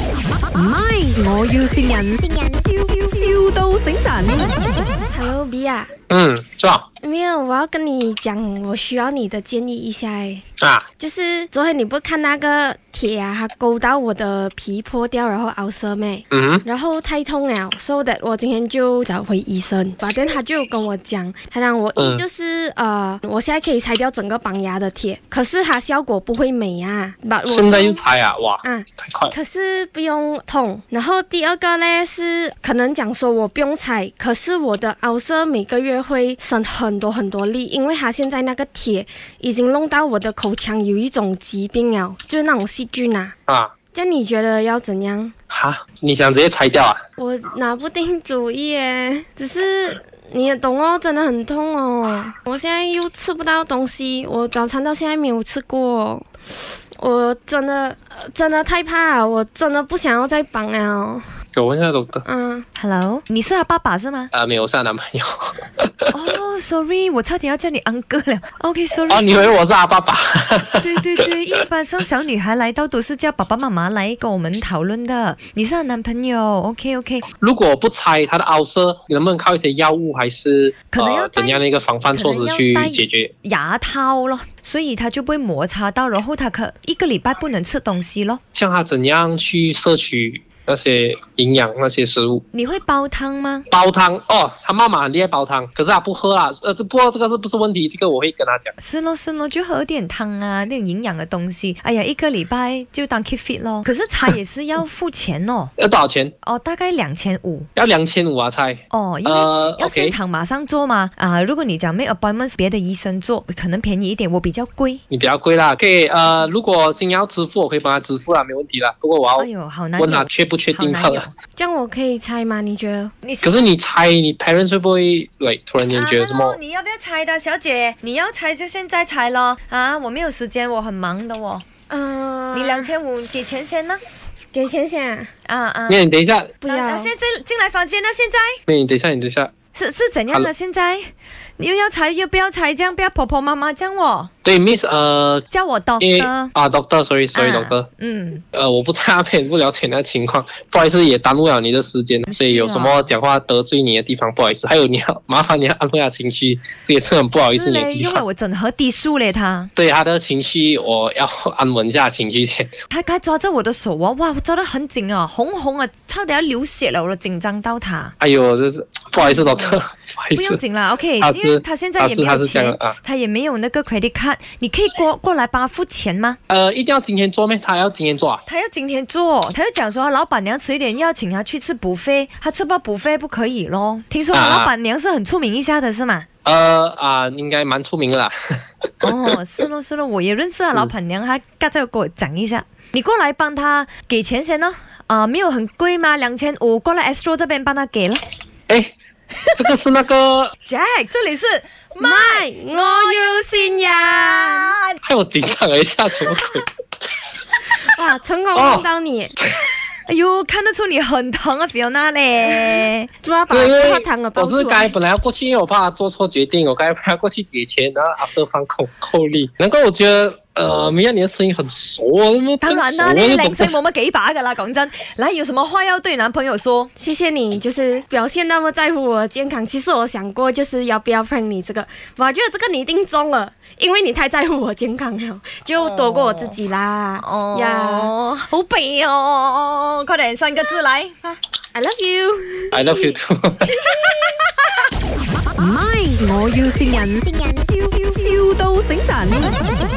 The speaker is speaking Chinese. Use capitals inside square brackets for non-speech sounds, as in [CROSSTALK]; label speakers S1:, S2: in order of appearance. S1: 唔係，我要善人，笑笑到醒神。
S2: Hello B 啊，
S3: 嗯，是吧？
S2: 没有，我要跟你讲，我需要你的建议一下哎。
S3: 啊，
S2: 就是昨天你不看那个铁啊，它勾到我的皮破掉，然后凹色没？
S3: 嗯，
S2: 然后太痛了，so that 我今天就找回医生。反正他就跟我讲，他让我一
S3: 嗯
S2: 就是、呃，我现在可以拆掉整个绑牙的铁，可是它效果不会美啊。把我
S3: 现在就拆啊，哇，
S1: 嗯
S2: 啊，
S3: 太快
S2: [LAUGHS]
S3: 了，
S2: 可是不用痛。然后第二个呢是可能讲说我不用拆，可是我的凹色每个月会生很多很多粒，因为它现在那个铁已经弄到我的口腔有一种疾病了，就是那种细菌啊。
S3: 啊，
S2: 这样你觉得要怎样？
S3: 哈，你想直接拆掉啊？
S2: 我拿不定主意耶，只是你也懂哦，真的很痛哦。我现在又吃不到东西，我早餐到现在没有吃过，我真的呃真的太怕了，我真的不想要再绑啊了。
S3: 我问一下 d o
S2: 嗯，
S1: Hello，你是他爸爸是吗？
S3: 啊，没有，是她男朋
S1: [LAUGHS]
S3: 友。
S1: 哦、s o r r y 我差点要叫你 uncle 了。OK，sorry、
S3: 哦，你以为我是她爸爸？
S1: 对对对，一般上小女孩来到都是叫爸爸妈妈来跟我们讨论的。你是她男朋友，OK OK，
S3: 如果不拆她的凹色，你能不能靠一些药物，还是
S1: 可能要
S3: 呃
S1: 戴
S3: 怎样的一个防范措施去解决？
S1: 牙套咯，所以她就不会摩擦到，然后她可一个礼拜不能吃东西咯。
S3: 像她怎样去摄取那些营养那些食物？
S1: 你会煲汤吗？
S3: 煲汤哦，她妈妈很厉害煲汤，可是她不喝啦。呃，这不过这个是不是问题？这个我会跟她讲。
S1: 是咯是咯，就喝点汤啊，那种营养的东西。哎呀，一个礼拜就当 keep fit 咯。可是茶也是要付钱哦，
S3: 要多少钱？
S1: 哦，大概两千五
S3: 要两千五啊，猜。
S1: 哦，因为。
S3: 呃
S1: 要现
S3: ，OK，
S1: 场马上做吗？啊，如果你讲 make appointment，别的医生做可能便宜一点，我比较贵。
S3: 你比较贵啦，可以呃，如果新要支付，我可以帮他支付啦，没问题啦。不过我
S1: 哎
S3: 要
S1: 呦，好难
S3: 问他
S1: 有，
S3: 确不确
S1: 好
S3: 定
S1: 难
S3: 好
S1: 有
S3: 了。。
S2: 这样我可以拆吗？你觉得？
S1: 你
S3: [LAUGHS] 可是你猜你 parents 会不会喂突然间
S1: 啊
S3: 觉得什么？
S1: hello，你要不要拆的，小姐？你要拆就现在拆咯。啊，我没有时间，我很忙的哦。
S2: 嗯、
S1: 你两千五给钱先呢？
S2: 给钱先啊、
S1: 啊啊
S3: 那，你等一下，
S2: 不
S1: 啊
S2: 要
S1: 啊。现在进来房间了，现在
S3: 那你等一下，你等一下，
S1: 是是怎样的？
S3: Hello
S1: 现在你又要拆又不要拆，这样不要婆婆妈妈这样哦，
S3: 对 miss 呃。
S1: 叫我懂
S3: 因为
S1: 的。
S3: 啊，doctor，sorry，sorry，doctor，、
S1: 嗯，
S3: 呃，我不在那边，不了解那个情况， [LAUGHS] 不好意思，也耽误了你的时间，所以有什么讲话得罪你的地方，不好意思。还有你要麻烦你要安慰他情绪，这也是很不好意思
S1: 是
S3: 你的
S1: 嘞，
S3: 地
S1: 用了
S3: 方。
S1: 我整盒低数嘞，他
S3: 对他的情绪，我要安稳一下情绪先。
S1: 他他抓着我的手哦，哇，我抓得很紧啊，红红啊，差点要流血了，我都紧张到他。
S3: 哎呦，这是不好意思，老哥，不好意
S1: 嗯不用
S3: 思，
S1: 紧啦，OK，
S3: 哎他
S1: 因为
S3: 是
S1: 他现在也没
S3: 他
S1: 有
S3: 是这样
S1: 钱
S3: 的，啊。
S1: 他也没有那个 credit card，你可以过过来帮他付钱吗？
S3: 呃，一定要今天做咩？他要今天做啊？
S1: 他要今天做，他就讲说老板娘迟一点要请他去吃补费，他吃不到补费不可以咯。听说
S3: 啊
S1: 老板娘是很出名一下的
S3: [LAUGHS]
S1: 是吗？
S3: 呃啊、应该蛮出名的啦。 [LAUGHS]
S1: 哦，是咯是咯，我也认识啊老板娘，她刚才有跟我讲一下，你过来帮他给钱先咯。啊、没有很贵吗？两千五，过来 Astro 这边帮他给了。
S3: 哎，这个是那个， [LAUGHS]
S1: Jack，这里是
S2: 唔係，我要善人。
S1: 啊，
S3: 害我紧张了一下，什么
S1: [LAUGHS]
S3: 鬼？
S2: 哇，成功
S3: 哦
S2: 碰到
S3: [LAUGHS]
S2: 你，
S1: 哎呦，看得出你很疼啊，Fiona 嘞。
S2: 主要把
S3: 是因为
S2: 泡糖的包啊
S3: 我
S2: 出
S3: 是该
S2: 来。
S3: 本来要过去，因为我怕他做错决定，我该本来要过去给钱，然后 after 放空扣力。难怪我觉得，呃，明亚你的声音很熟啊，那么
S1: 当然啦，呢
S3: 真
S1: 啲
S3: 熟啊
S1: 靓仔
S3: 那
S1: 冇
S3: 种
S1: 乜幾把噶啦，講真。嗱，有什麼話要對男朋友說？
S2: 谢谢你，就是表现那么在乎我的健康。其实我想过，就是要不要 prank 你这个，我觉得这个你一定中了，因为你太在乎我健康了，就躲过我自己啦。
S1: 哦，
S2: 呀、
S1: 好悲哦！快點伸個字嚟。
S2: i love you。
S3: I love you too。
S4: 唔係，我要善人，笑笑到醒神。